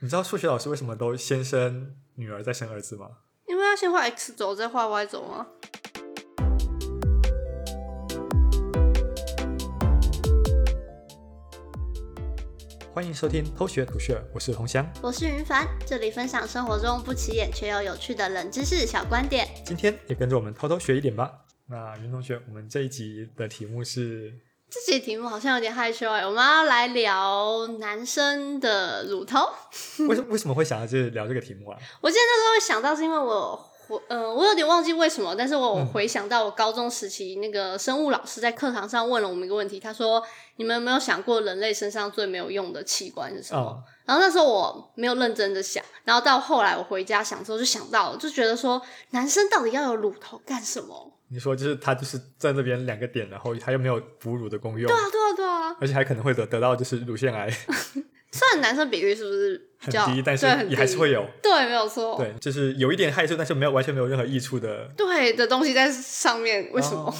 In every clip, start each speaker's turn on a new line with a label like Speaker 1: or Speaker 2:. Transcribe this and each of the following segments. Speaker 1: 你知道数学老师为什么都先生女儿再生儿子吗？
Speaker 2: 因为要先画 x 轴，再画 y 轴啊。
Speaker 1: 欢迎收听偷学吐血，我是红香。
Speaker 2: 我是云凡，这里分享生活中不起眼却又有趣的冷知识小观点。
Speaker 1: 今天也跟着我们偷偷学一点吧。那云同学，我们这一集的题目是
Speaker 2: 这期题目好像有点害羞哎、我们要来聊男生的乳头。
Speaker 1: 为什为什么会想要去聊这个题目 啊？
Speaker 2: 我记得那时候会想到是因为我回，呃，我有点忘记为什么，但是我回想到我高中时期那个生物老师在课堂上问了我们一个问题，他说：“你们有没有想过人类身上最没有用的器官是什么？”
Speaker 1: 哦，
Speaker 2: 然后那时候我没有认真的想，然后到后来我回家想之后就想到了，就觉得说男生到底要有乳头干什么？
Speaker 1: 你说就是他就是在那边两个点，然后他又没有哺乳的功用
Speaker 2: 对，啊，对啊，对啊。
Speaker 1: 而且还可能会得得到就是乳腺癌
Speaker 2: 虽然男生比率是不是比
Speaker 1: 很
Speaker 2: 较
Speaker 1: 低，但是
Speaker 2: 对很
Speaker 1: 也还是
Speaker 2: 低哦
Speaker 1: 会有。
Speaker 2: 对，没有错，
Speaker 1: 对，就是有一点害处，但是没有完全没有任何益处的。
Speaker 2: 对的东西在上面，为什么？
Speaker 1: 哦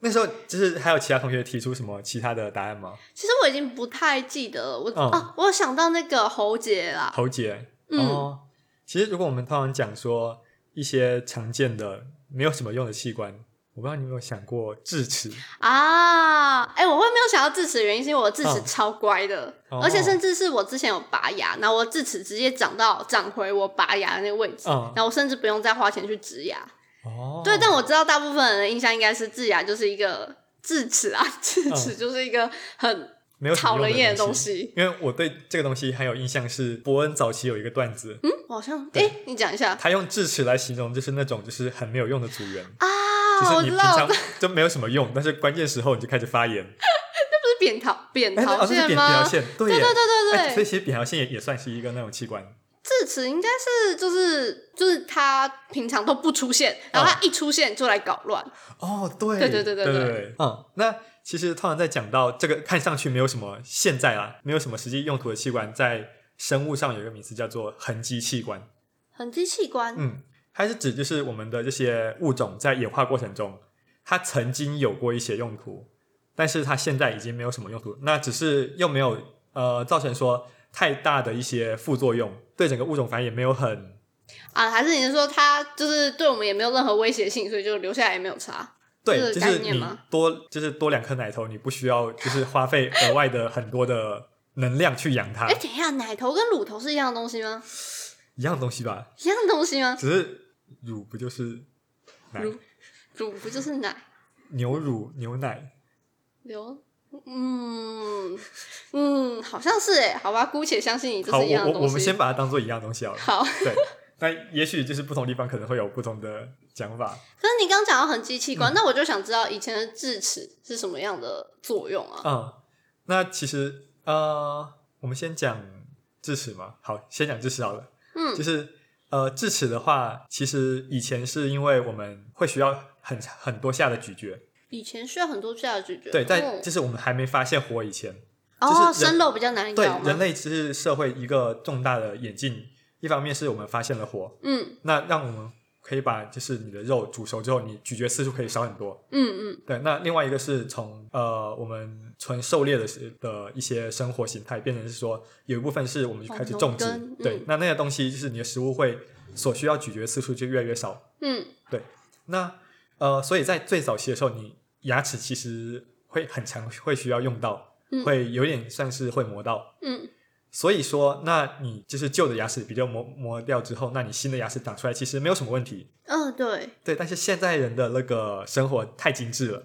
Speaker 1: 那时候就是还有其他同学提出什么其他的答案吗？
Speaker 2: 其实我已经不太记得了，我、
Speaker 1: 嗯
Speaker 2: 啊，我有想到那个喉结啦，
Speaker 1: 喉结。
Speaker 2: 嗯
Speaker 1: 哦，其实如果我们通常讲说一些常见的没有什么用的器官，我不知道你有没有想过智齿。
Speaker 2: 啊，哎、我会没有想到智齿，原因是因为我智齿
Speaker 1: 嗯
Speaker 2: 超乖的，
Speaker 1: 哦
Speaker 2: 而且甚至是我之前有拔牙，然后我智齿直接长到长回我拔牙的那个位置，
Speaker 1: 嗯
Speaker 2: 然后我甚至不用再花钱去植牙。
Speaker 1: 哦，
Speaker 2: 对，但我知道大部分人的印象应该是智牙就是一个智齿啊，智
Speaker 1: 嗯
Speaker 2: 齿就是一个很
Speaker 1: 没有什么
Speaker 2: 讨
Speaker 1: 用
Speaker 2: 人厌
Speaker 1: 的
Speaker 2: 的东
Speaker 1: 西。
Speaker 2: 西。
Speaker 1: 因为我对这个东西很有印象，是伯恩早期有一个段子，
Speaker 2: 嗯，我好像哎、你讲一下
Speaker 1: 他用智齿来形容就是那种就是很没有用的组员，就
Speaker 2: 啊，
Speaker 1: 是
Speaker 2: 我
Speaker 1: 你
Speaker 2: 知
Speaker 1: 平
Speaker 2: 道，
Speaker 1: 常
Speaker 2: 我知道
Speaker 1: 就没有什么用，但是关键时候你就开始发炎。
Speaker 2: 不是扁桃扁
Speaker 1: 哎，那
Speaker 2: 桃
Speaker 1: 哦，这是
Speaker 2: 腺
Speaker 1: 扁扁桃
Speaker 2: 吗？
Speaker 1: 腺，对
Speaker 2: 啊对
Speaker 1: 耶
Speaker 2: 对对对
Speaker 1: 哎
Speaker 2: 对
Speaker 1: 所以其实扁桃腺也也算是一个那种器官。
Speaker 2: 智齿应该是就是就是他平常都不出现，然
Speaker 1: 嗯
Speaker 2: 后他一出现就来搞乱。
Speaker 1: 哦，对，
Speaker 2: 对对对对
Speaker 1: 对
Speaker 2: 对
Speaker 1: 嗯，那其实通常在讲到这个看上去没有什么现在啊，没有什么实际用途的器官，在生物上有一个名词叫做痕迹器官，
Speaker 2: 痕迹器官，
Speaker 1: 嗯，它是指就是我们的这些物种在演化过程中，它曾经有过一些用途，但是它现在已经没有什么用途，那只是又没有呃造成说太大的一些副作用，对整个物种反而也没有很
Speaker 2: 啊，还是你是说它就是对我们也没有任何威胁性，所以就留下来也没有差？这
Speaker 1: 对，
Speaker 2: 个
Speaker 1: 就
Speaker 2: 概
Speaker 1: 是
Speaker 2: 念
Speaker 1: 你
Speaker 2: 吗
Speaker 1: 多就是多两颗奶头，你不需要就是花费额外的很多的能量去养它
Speaker 2: 哎、，等一下，奶头跟乳头是一样的东西吗？
Speaker 1: 一样东西吧？
Speaker 2: 一样的东西吗？
Speaker 1: 只是乳不就是奶
Speaker 2: 乳乳不就是奶
Speaker 1: 牛乳牛奶？
Speaker 2: 流？嗯嗯，好像是哎，好吧，姑且相信你这
Speaker 1: 好，
Speaker 2: 是一样
Speaker 1: 我我
Speaker 2: 的东西。
Speaker 1: 我们先把它当做一样东西好了。
Speaker 2: 好，
Speaker 1: 对，那也许就是不同地方可能会有不同的讲法。
Speaker 2: 可是你刚讲到痕迹器官，那我就想知道以前的智齿是什么样的作用啊？
Speaker 1: 嗯，那其实呃，我们先讲智齿嘛。好，先讲智齿好了。
Speaker 2: 嗯
Speaker 1: 就是呃，智齿的话，其实以前是因为我们会需要很很多下的咀嚼，
Speaker 2: 以前需要很多价值咀嚼，
Speaker 1: 对，在
Speaker 2: 哦
Speaker 1: 就是我们还没发现火以前，
Speaker 2: 哦，
Speaker 1: 就是人
Speaker 2: 生肉比较难
Speaker 1: 对
Speaker 2: 咬吗？
Speaker 1: 人类其实社会一个重大的演进，一方面是我们发现了火，
Speaker 2: 嗯
Speaker 1: 那让我们可以把就是你的肉煮熟之后，你咀嚼次数可以少很多。
Speaker 2: 嗯嗯，
Speaker 1: 对，那另外一个是从呃我们纯狩猎的时的一些生活形态，变成是说有一部分是我们就开始
Speaker 2: 哦
Speaker 1: 种植，
Speaker 2: 农耕
Speaker 1: 对
Speaker 2: 嗯，
Speaker 1: 那那些东西就是你的食物会所需要咀嚼次数就越来越少，
Speaker 2: 嗯，
Speaker 1: 那呃，所以在最早期的时候，你牙齿其实会很常会需要用到，
Speaker 2: 嗯
Speaker 1: 会有点算是会磨到。
Speaker 2: 嗯，
Speaker 1: 所以说，那你就是旧的牙齿比较磨磨掉之后，那你新的牙齿长出来其实没有什么问题。
Speaker 2: 嗯，对，
Speaker 1: 对，但是现在人的那个生活太精致了，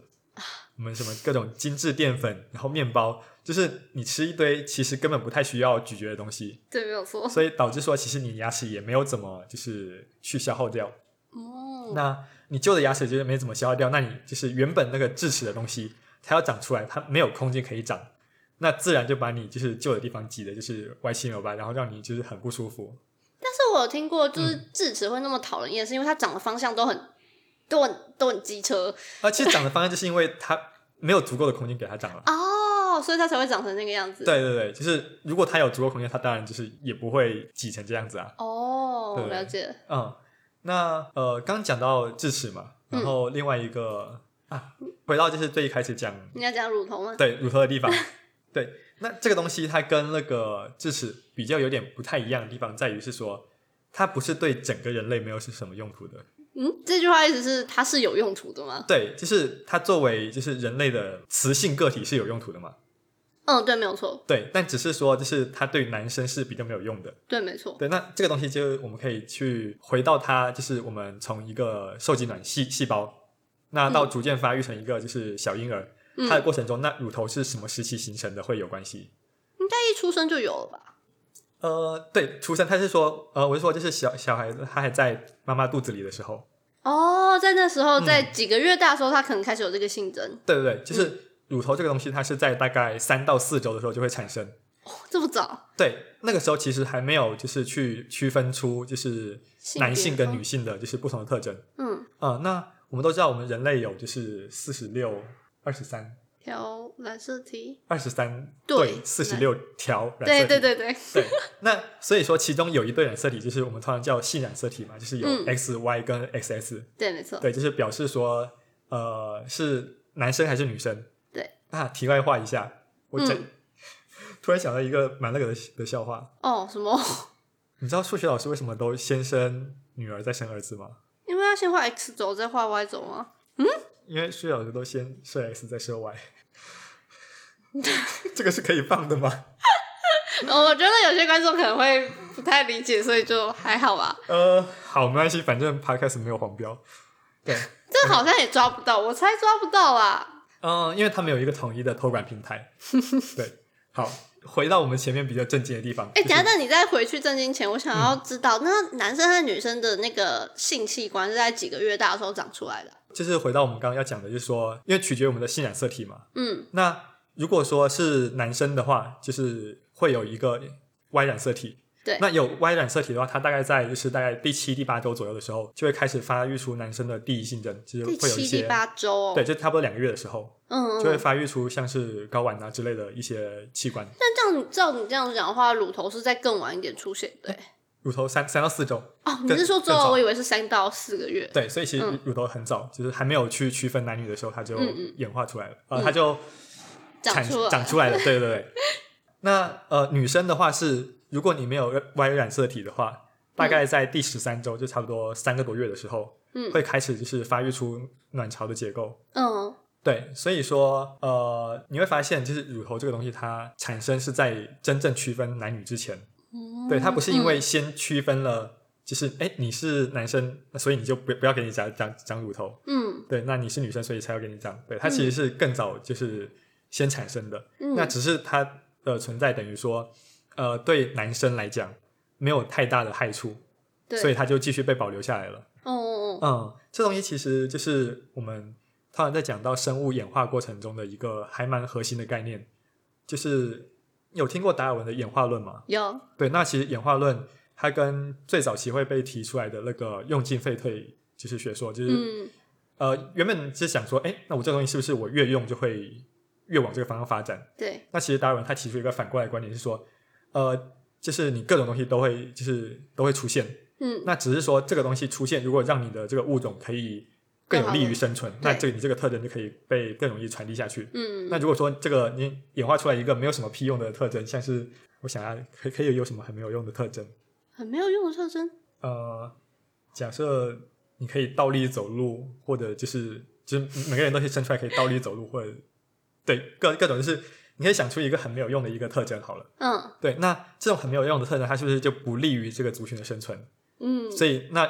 Speaker 1: 我们什么各种精致淀粉，然后面包，就是你吃一堆其实根本不太需要咀嚼的东西，
Speaker 2: 对，没有 错。
Speaker 1: 所以导致说其实你牙齿也没有怎么就是去消耗掉。
Speaker 2: 哦，
Speaker 1: 那你旧的牙齿就是没怎么消化掉，那你就是原本那个智齿的东西，它要长出来，它没有空间可以长，那自然就把你就是旧的地方挤的，就是歪七扭八，然后让你就是很不舒服。
Speaker 2: 但是我有听过，
Speaker 1: 嗯
Speaker 2: 就是智齿会那么讨人厌，是因为它长的方向都很都很都很机车
Speaker 1: 而其实长的方向就是因为它没有足够的空间给它长了。
Speaker 2: 哦，所以它才会长成那个样子。，
Speaker 1: 对对对，就是如果它有足够空间，它当然就是也不会挤成这样子啊。
Speaker 2: 哦，
Speaker 1: 对
Speaker 2: 了解。
Speaker 1: 嗯，那呃，刚讲到智齿嘛，然
Speaker 2: 嗯
Speaker 1: 后另外一个、啊，回到就是最一开始讲
Speaker 2: 你要讲乳头吗？
Speaker 1: 对乳头的地方，对，那这个东西它跟那个智齿比较有点不太一样的地方，在于是说，它不是对整个人类没有是什么用途的。
Speaker 2: 嗯，这句话意思是它是有用途的吗？
Speaker 1: 对，就是它作为就是人类的雌性个体是有用途的嘛。
Speaker 2: 嗯，对，没有错，
Speaker 1: 对，但只是说就是它对男生是比较没有用的。
Speaker 2: 对，没错。
Speaker 1: 对，那这个东西就我们可以去回到它，就是我们从一个受精卵细细胞，那到逐渐发育成一个就是小婴儿，它的
Speaker 2: 嗯，
Speaker 1: 过程中，那乳头是什么时期形成的会有关系。
Speaker 2: 应该一出生就有了吧？
Speaker 1: 呃，对，出生，他是说，呃，我是说，就是小小孩子他还在妈妈肚子里的时候，
Speaker 2: 哦，在那时候，
Speaker 1: 嗯
Speaker 2: 在几个月大的时候，他可能开始有这个性征，
Speaker 1: 对对对，
Speaker 2: 嗯
Speaker 1: 就是乳头这个东西，它是在大概三到四周的时候就会产生。
Speaker 2: 这么早，
Speaker 1: 对，那个时候其实还没有就是去区分出就是
Speaker 2: 性别
Speaker 1: 男性跟女
Speaker 2: 哦
Speaker 1: 性的就是不同的特征。
Speaker 2: 嗯，
Speaker 1: 呃，那我们都知道，我们人类有就是四十六、二十三、
Speaker 2: 调染色体，
Speaker 1: 二十三
Speaker 2: 对
Speaker 1: 四十六条染色体。
Speaker 2: 对对对对，
Speaker 1: 对，那所以说其中有一对染色体，就是我们通常叫性染色体嘛，就是有
Speaker 2: 嗯
Speaker 1: X、Y 跟 XS，
Speaker 2: 对，没错，
Speaker 1: 对，就是表示说呃是男生还是女生。
Speaker 2: 对，
Speaker 1: 啊，题外话一下，我整、
Speaker 2: 嗯
Speaker 1: 突然想到一个蛮那个的的笑话，
Speaker 2: 哦，什么？
Speaker 1: 你知道数学老师为什么都先生女儿再生儿子吗？
Speaker 2: 因为要先画 X 轴，再画 Y 轴吗？
Speaker 1: 因为数学老师都先设 X 再设 Y，这 个是可以放的吗？
Speaker 2: 哦我觉得有些观众可能会不太理解，所以就还好吧。
Speaker 1: 呃，好，没关系，反正 Podcast 没有黄标。对，
Speaker 2: 这好像也抓不到，我猜抓不到啦。
Speaker 1: 嗯，因为他们有一个统一的托管平台。对，好，回到我们前面比较正经的地方。
Speaker 2: 哎、
Speaker 1: 就
Speaker 2: 等一
Speaker 1: 是嗯
Speaker 2: 下，那你在回去正经前，我想要知道，那男生和女生的那个性器官是在几个月大的时候长出来的？啊
Speaker 1: 就是回到我们刚刚要讲的，就是说，因为取决于我们的性染色体嘛。
Speaker 2: 嗯，
Speaker 1: 那如果说是男生的话，就是会有一个 Y 染色体。
Speaker 2: 对
Speaker 1: 那有 Y 染色体的话，它大概在就是大概第七、第八周左右的时候，就会开始发育出男生的第一性征，就是
Speaker 2: 第
Speaker 1: 会有一
Speaker 2: 七、
Speaker 1: 些
Speaker 2: 第八周哦。
Speaker 1: 对，就差不多两个月的时候，
Speaker 2: 嗯，嗯。
Speaker 1: 就会
Speaker 2: 嗯
Speaker 1: 发育出像是睾丸啊之类的一些器官，
Speaker 2: 但这样，照你这样讲的话，乳头是在更晚一点出现的欸。
Speaker 1: 乳头三三到四周。
Speaker 2: 哦，你
Speaker 1: 更
Speaker 2: 是说周
Speaker 1: 更早
Speaker 2: 我以为是三到四个月。
Speaker 1: 对，所以其实
Speaker 2: 嗯
Speaker 1: 乳头很早，就是还没有去区分男女的时候，它就
Speaker 2: 嗯嗯
Speaker 1: 演化出来了，呃，
Speaker 2: 嗯
Speaker 1: 它就
Speaker 2: 长
Speaker 1: 产
Speaker 2: 出来
Speaker 1: 长出 来了，对对对。那呃，女生的话是，如果你没有 Y 染色体的话，大概在第十三周，就差不多三个多月的时候，
Speaker 2: 嗯
Speaker 1: 会开始就是发育出卵巢的结构。
Speaker 2: 嗯，
Speaker 1: 对，所以说呃，你会发现就是乳头这个东西，它产生是在真正区分男女之前，
Speaker 2: 嗯
Speaker 1: 对，它不是因为先区分了。就是哎，你是男生，那所以你就不不要给你长长长乳头。
Speaker 2: 嗯
Speaker 1: 对，那你是女生，所以才要给你长。对，它其实是更早就是先产生的。
Speaker 2: 嗯，
Speaker 1: 那
Speaker 2: 嗯
Speaker 1: 只是它的存在等于说，呃，对男生来讲没有太大的害处，
Speaker 2: 对，
Speaker 1: 所以它就继续被保留下来了。
Speaker 2: 哦哦哦，
Speaker 1: 嗯，这东西其实就是我们通常在讲到生物演化过程中的一个还蛮核心的概念，就是有听过达尔文的演化论吗？
Speaker 2: 有，
Speaker 1: 对，那其实演化论它跟最早期会被提出来的那个用进废退就是学说，就是、
Speaker 2: 嗯
Speaker 1: 呃，原本是想说，哎，那我这东西是不是我越用就会越往这个方向发展？
Speaker 2: 对，
Speaker 1: 那其实达尔文他提出一个反过来的观点是说，呃，就是你各种东西都会就是都会出现，
Speaker 2: 嗯
Speaker 1: 那只是说这个东西出现，如果让你的这个物种可以更有利于生存，那
Speaker 2: 对
Speaker 1: 这个你这个特征就可以被更容易传递下去。
Speaker 2: 嗯，
Speaker 1: 那如果说这个你演化出来一个没有什么屁用的特征，像是我想要可以可以有什么很没有用的特征？
Speaker 2: 很没有用的特征。
Speaker 1: 呃，假设你可以倒立走路，或者就是就是每个人都可以生出来可以倒立走路，或者对各各种就是你可以想出一个很没有用的一个特征好了。
Speaker 2: 嗯
Speaker 1: 对，那这种很没有用的特征，它是不是就不利于这个族群的生存？
Speaker 2: 嗯，
Speaker 1: 所以那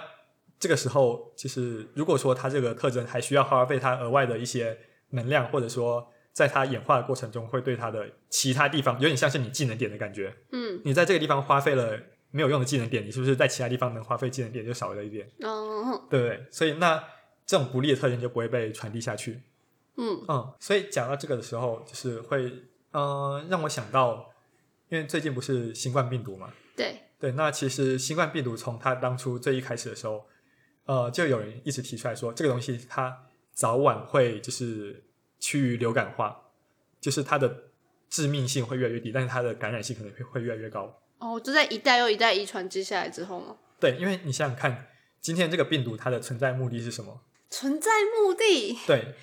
Speaker 1: 这个时候，就是如果说它这个特征还需要花费它额外的一些能量，或者说在它演化的过程中会对它的其他地方有点像是你技能点的感觉，
Speaker 2: 嗯
Speaker 1: 你在这个地方花费了没有用的技能点，你是不是在其他地方能花费技能点就少了一点，
Speaker 2: 哦
Speaker 1: 对不对？所以那这种不利的特征就不会被传递下去。
Speaker 2: 嗯
Speaker 1: 嗯，所以讲到这个的时候，就是会嗯、呃让我想到，因为最近不是新冠病毒嘛，
Speaker 2: 对，
Speaker 1: 对，那其实新冠病毒从它当初最一开始的时候，呃，就有人一直提出来说，这个东西它早晚会就是趋于流感化，就是它的致命性会越来越低，但是它的感染性可能会会越来越高。
Speaker 2: 哦，就在一代又一代遗传接下来之后吗？
Speaker 1: 对，因为你想想看，今天这个病毒它的存在目的是什么？
Speaker 2: 存在目的
Speaker 1: 对，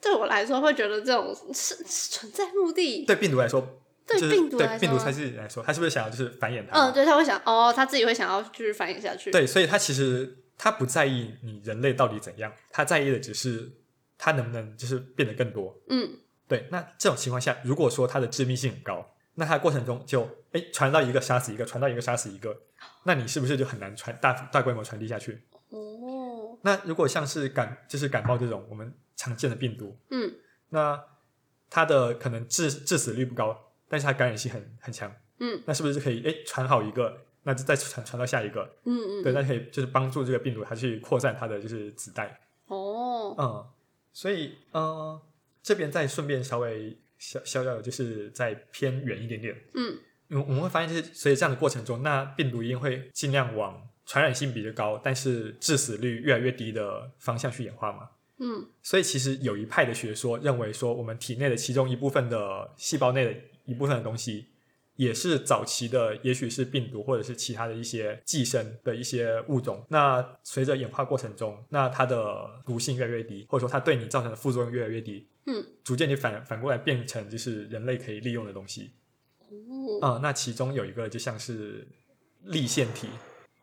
Speaker 2: 对我来说会觉得这种是是存在目的。
Speaker 1: 对病毒来说，
Speaker 2: 对
Speaker 1: 就是
Speaker 2: 病毒来
Speaker 1: 对病毒
Speaker 2: 说
Speaker 1: 才是来说，他是不是想要就是繁衍它？
Speaker 2: 嗯，对，他会想哦，他自己会想要继续繁衍下去。
Speaker 1: 啊对，所以他其实他不在意你人类到底怎样，他在意的只是他能不能就是变得更多。
Speaker 2: 嗯，
Speaker 1: 对，那这种情况下，如果说它的致命性很高，那它过程中就哎传到一个杀死一个，传到一个杀死一个，那你是不是就很难传大大规模传递下去？
Speaker 2: 哦，
Speaker 1: 那如果像是感就是感冒这种我们常见的病毒，
Speaker 2: 嗯
Speaker 1: 那它的可能致致死率不高，但是它感染性很很强，
Speaker 2: 嗯
Speaker 1: 那是不是就可以哎传好一个，那就再传传到下一个？
Speaker 2: 嗯
Speaker 1: 对，
Speaker 2: 嗯，
Speaker 1: 那可以就是帮助这个病毒它去扩散它的就是子代。
Speaker 2: 哦，
Speaker 1: 嗯，所以嗯，这边再顺便稍微小小小的就是再偏远一点点，
Speaker 2: 嗯
Speaker 1: 我我们会发现，就是随着这样的过程中，那病毒一定会尽量往传染性比较高，但是致死率越来越低的方向去演化嘛。
Speaker 2: 嗯
Speaker 1: 所以其实有一派的学说认为说，我们体内的其中一部分的细胞内的一部分的东西，也是早期的，也许是病毒或者是其他的一些寄生的一些物种。那随着演化过程中，那它的毒性越来越低，或者说它对你造成的副作用越来越低，
Speaker 2: 嗯，
Speaker 1: 逐渐你反反过来变成就是人类可以利用的东西。
Speaker 2: 哦，
Speaker 1: 啊、那其中有一个就像是立腺体，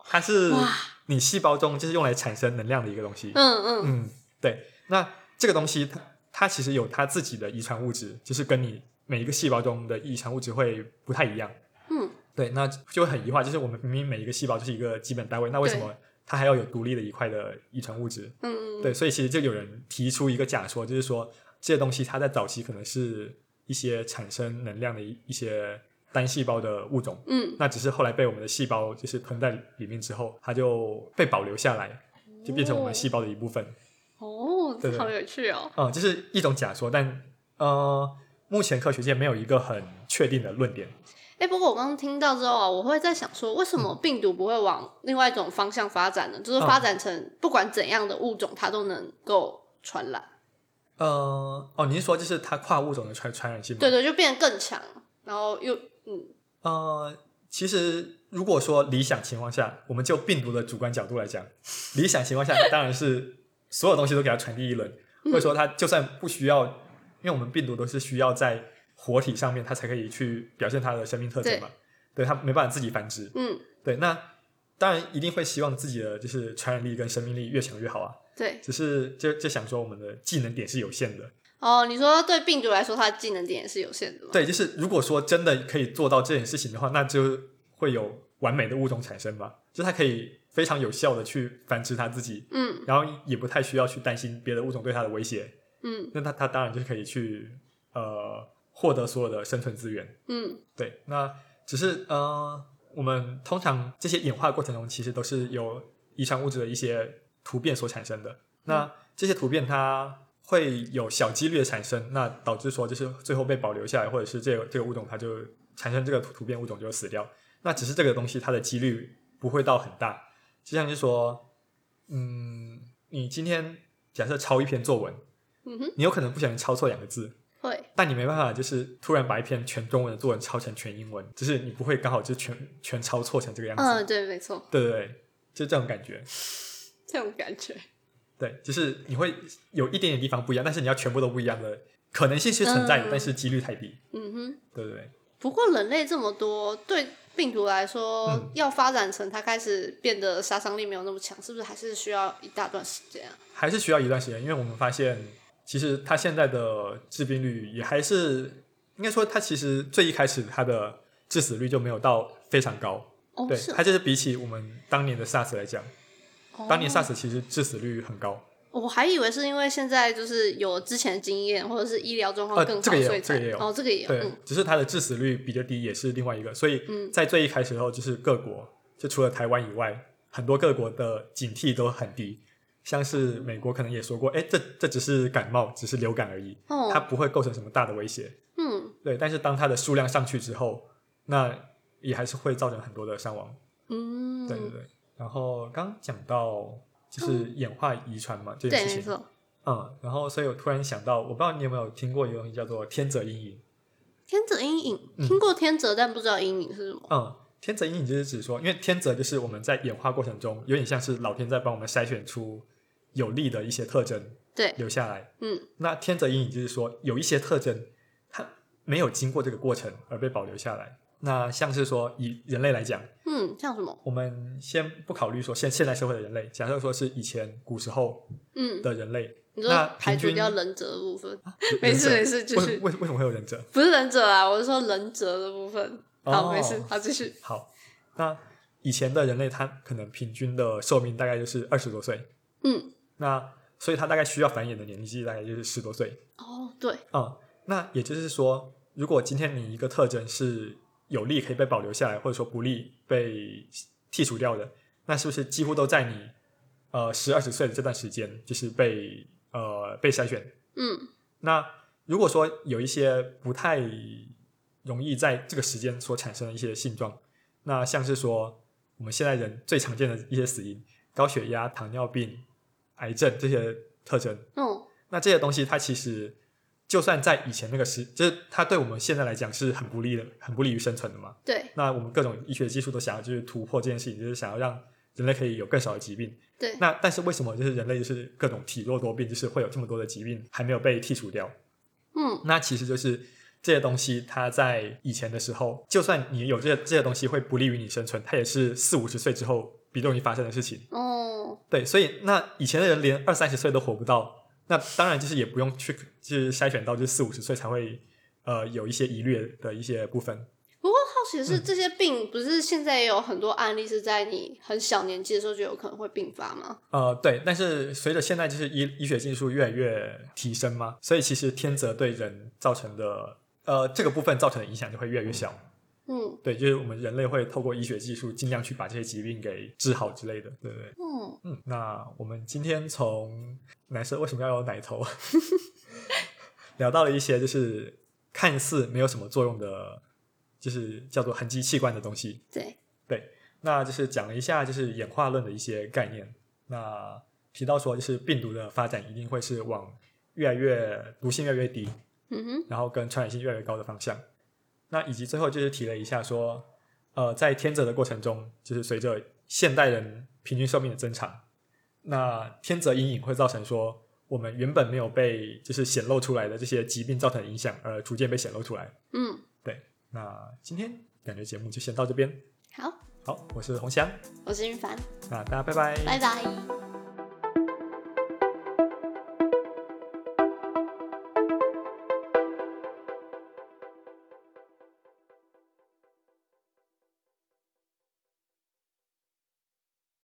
Speaker 1: 它是
Speaker 2: 哇
Speaker 1: 你细胞中就是用来产生能量的一个东西。
Speaker 2: 嗯嗯
Speaker 1: 嗯，对。那这个东西它它其实有它自己的遗传物质，就是跟你每一个细胞中的遗传物质会不太一样。
Speaker 2: 嗯，
Speaker 1: 对，那就会很疑惑，就是我们明明每一个细胞就是一个基本单位，那为什
Speaker 2: 对
Speaker 1: 么它还要有独立的一块的遗传物质？
Speaker 2: 嗯，
Speaker 1: 对，所以其实就有人提出一个假说，就是说这些东西它在早期可能是一些产生能量的一一些单细胞的物种，
Speaker 2: 嗯，
Speaker 1: 那只是后来被我们的细胞就是吞在里面之后，它就被保留下来，就变成我们细胞的一部分。
Speaker 2: 哦，
Speaker 1: 对
Speaker 2: 这
Speaker 1: 对
Speaker 2: 好有趣哦，
Speaker 1: 啊、这是一种假说，但呃，目前科学界没有一个很确定的论点。
Speaker 2: 哎、不过我刚刚听到之后啊，我会在想说，为什么病毒不会往另外一种方向发展呢？就是
Speaker 1: 嗯
Speaker 2: 发展成不管怎样的物种，它都能够传染。
Speaker 1: 嗯呃，哦，您说就是它跨物种的传传染性吗？
Speaker 2: 对对，就变得更强，然后又嗯
Speaker 1: 呃，其实如果说理想情况下，我们就病毒的主观角度来讲，理想情况下当然是所有东西都给它传递一 轮，
Speaker 2: 嗯
Speaker 1: 或者说它就算不需要，因为我们病毒都是需要在活体上面它才可以去表现它的生命特征嘛，对它没办法自己繁殖。
Speaker 2: 嗯，
Speaker 1: 对，那当然一定会希望自己的就是传染力跟生命力越强越好啊，
Speaker 2: 对。
Speaker 1: 只是就就想说我们的技能点是有限的。
Speaker 2: 哦，你说对病毒来说，它的技能点也是有限的吗？
Speaker 1: 对，就是如果说真的可以做到这件事情的话，那就会有完美的物种产生嘛，就它可以非常有效的去繁殖它自己，
Speaker 2: 嗯
Speaker 1: 然后也不太需要去担心别的物种对它的威胁，
Speaker 2: 嗯
Speaker 1: 那它它当然就可以去呃获得所有的生存资源。
Speaker 2: 嗯
Speaker 1: 对，那只是呃，我们通常这些演化过程中，其实都是由遗传物质的一些突变所产生的。
Speaker 2: 嗯
Speaker 1: 那这些突变它会有小几率的产生，那导致说就是最后被保留下来，或者是这个这个物种它就产生这个突突变物种就死掉。那只是这个东西它的几率不会到很大，就像是说，嗯，你今天假设抄一篇作文，
Speaker 2: 嗯哼，
Speaker 1: 你有可能不小心抄错两个字，
Speaker 2: 会
Speaker 1: 但你没办法，就是突然把一篇全中文的作文抄成全英文，就是你不会刚好就全全抄错成这个样子。
Speaker 2: 嗯对，没错，
Speaker 1: 对对对，就这种感觉。
Speaker 2: 这种感觉。
Speaker 1: 对，就是你会有一点点地方不一样，但是你要全部都不一样的可能性是存在的，
Speaker 2: 嗯
Speaker 1: 但是几率太低。
Speaker 2: 嗯哼，
Speaker 1: 对对对，
Speaker 2: 不过人类这么多，对病毒来说，
Speaker 1: 嗯
Speaker 2: 要发展成它开始变得杀伤力没有那么强，是不是还是需要一大段时间啊？
Speaker 1: 还是需要一段时间，因为我们发现其实它现在的致病率也还是应该说它其实最一开始它的致死率就没有到非常高。
Speaker 2: 哦，
Speaker 1: 对
Speaker 2: 是，
Speaker 1: 它就是比起我们当年的 SARS 来讲，当年
Speaker 2: 哦
Speaker 1: SARS 其实致死率很高。
Speaker 2: 我还以为是因为现在就是有之前的经验，或者是医疗状况
Speaker 1: 呃
Speaker 2: 更好，
Speaker 1: 这个也有
Speaker 2: 所以才
Speaker 1: 这个也有
Speaker 2: 哦，这个也有，
Speaker 1: 对，
Speaker 2: 嗯
Speaker 1: 只是它的致死率比较低，也是另外一个。所以
Speaker 2: 嗯
Speaker 1: 在最一开始的时候，就是各国就除了台湾以外，很多各国的警惕都很低。像是美国可能也说过，哎，这这只是感冒，只是流感而已，它
Speaker 2: 哦，
Speaker 1: 不会构成什么大的威胁。
Speaker 2: 嗯
Speaker 1: 对，但是当它的数量上去之后，那也还是会造成很多的伤亡。
Speaker 2: 嗯，嗯
Speaker 1: 对对对。然后刚讲到就是演化遗传嘛，这件
Speaker 2: 对
Speaker 1: 事
Speaker 2: 没
Speaker 1: 情。
Speaker 2: 错。
Speaker 1: 嗯，然后所以我突然想到，我不知道你有没有听过一个东西叫做天择阴影。
Speaker 2: 天择阴影，
Speaker 1: 嗯
Speaker 2: 听过天择，但不知道阴影是什么。
Speaker 1: 嗯，天择阴影就是指说，因为天择就是我们在演化过程中，有点像是老天在帮我们筛选出有利的一些特征，
Speaker 2: 对，
Speaker 1: 留下来。
Speaker 2: 嗯，
Speaker 1: 那天择阴影就是说有一些特征，它没有经过这个过程而被保留下来。那像是说以人类来讲，
Speaker 2: 嗯，像什么？
Speaker 1: 我们先不考虑说现现代社会的人类，假设说是以前古时候
Speaker 2: 嗯，
Speaker 1: 的人类，
Speaker 2: 你
Speaker 1: 那
Speaker 2: 说排除
Speaker 1: 平均
Speaker 2: 掉忍者的部分，
Speaker 1: 人
Speaker 2: 啊没事
Speaker 1: 者
Speaker 2: 没事继
Speaker 1: 为
Speaker 2: 续
Speaker 1: 为为什么会有忍者？
Speaker 2: 不是忍者啊，我是说忍者的部分。好，
Speaker 1: 哦
Speaker 2: 没事，好继续。
Speaker 1: 好，那以前的人类他可能平均的寿命大概就是二十多岁，
Speaker 2: 嗯，
Speaker 1: 那所以他大概需要繁衍的年纪大概就是十多岁。
Speaker 2: 哦，对，
Speaker 1: 嗯，那也就是说，如果今天你一个特征是有利可以被保留下来，或者说不利被剔除掉的，那是不是几乎都在你呃十二十岁的这段时间，就是被呃被筛选？
Speaker 2: 嗯
Speaker 1: 那如果说有一些不太容易在这个时间所产生的一些性状，那像是说我们现在人最常见的一些死因，高血压、糖尿病、癌症这些特征，
Speaker 2: 哦，
Speaker 1: 那这些东西它其实就算在以前那个时，就是它对我们现在来讲是很不利的，很不利于生存的嘛。
Speaker 2: 对
Speaker 1: 那我们各种医学技术都想要就是突破这件事情，就是想要让人类可以有更少的疾病。
Speaker 2: 对，
Speaker 1: 那但是为什么就是人类就是各种体弱多病，就是会有这么多的疾病还没有被剔除掉？
Speaker 2: 嗯
Speaker 1: 那其实就是这些东西，它在以前的时候，就算你有这些这些东西会不利于你生存，它也是四五十岁之后比较容易发生的事情。
Speaker 2: 哦，
Speaker 1: 对，所以那以前的人连二三十岁都活不到，那当然就是也不用去就是筛选到就是四五十岁才会呃有一些疑虑的一些部分。
Speaker 2: 不过好奇的
Speaker 1: 嗯
Speaker 2: 是，这些病不是现在也有很多案例是在你很小年纪的时候就有可能会并发吗？
Speaker 1: 呃，对，但是随着现在就是医医学技术越来越提升嘛，所以其实天择对人造成的呃这个部分造成的影响就会越来越小。
Speaker 2: 嗯
Speaker 1: 对，就是我们人类会透过医学技术尽量去把这些疾病给治好之类的，对不对？
Speaker 2: 嗯，
Speaker 1: 嗯，那我们今天从男生为什么要有奶头 聊到了一些就是看似没有什么作用的，就是叫做痕迹器官的东西。
Speaker 2: 对，
Speaker 1: 那就是讲了一下就是演化论的一些概念。那提到说就是病毒的发展一定会是往越来越毒性越来越低，
Speaker 2: 嗯哼，
Speaker 1: 然后跟传染性越来越高的方向。那以及最后就是提了一下说，呃，在天择的过程中，就是随着现代人平均寿命的增长，那天择阴影会造成说，我们原本没有被就是显露出来的这些疾病造成的影响，而逐渐被显露出来。
Speaker 2: 嗯，
Speaker 1: 那今天感觉节目就先到这边，
Speaker 2: 好，
Speaker 1: 好，我是红翔，
Speaker 2: 我是云凡，
Speaker 1: 那大家拜拜。
Speaker 2: 拜拜。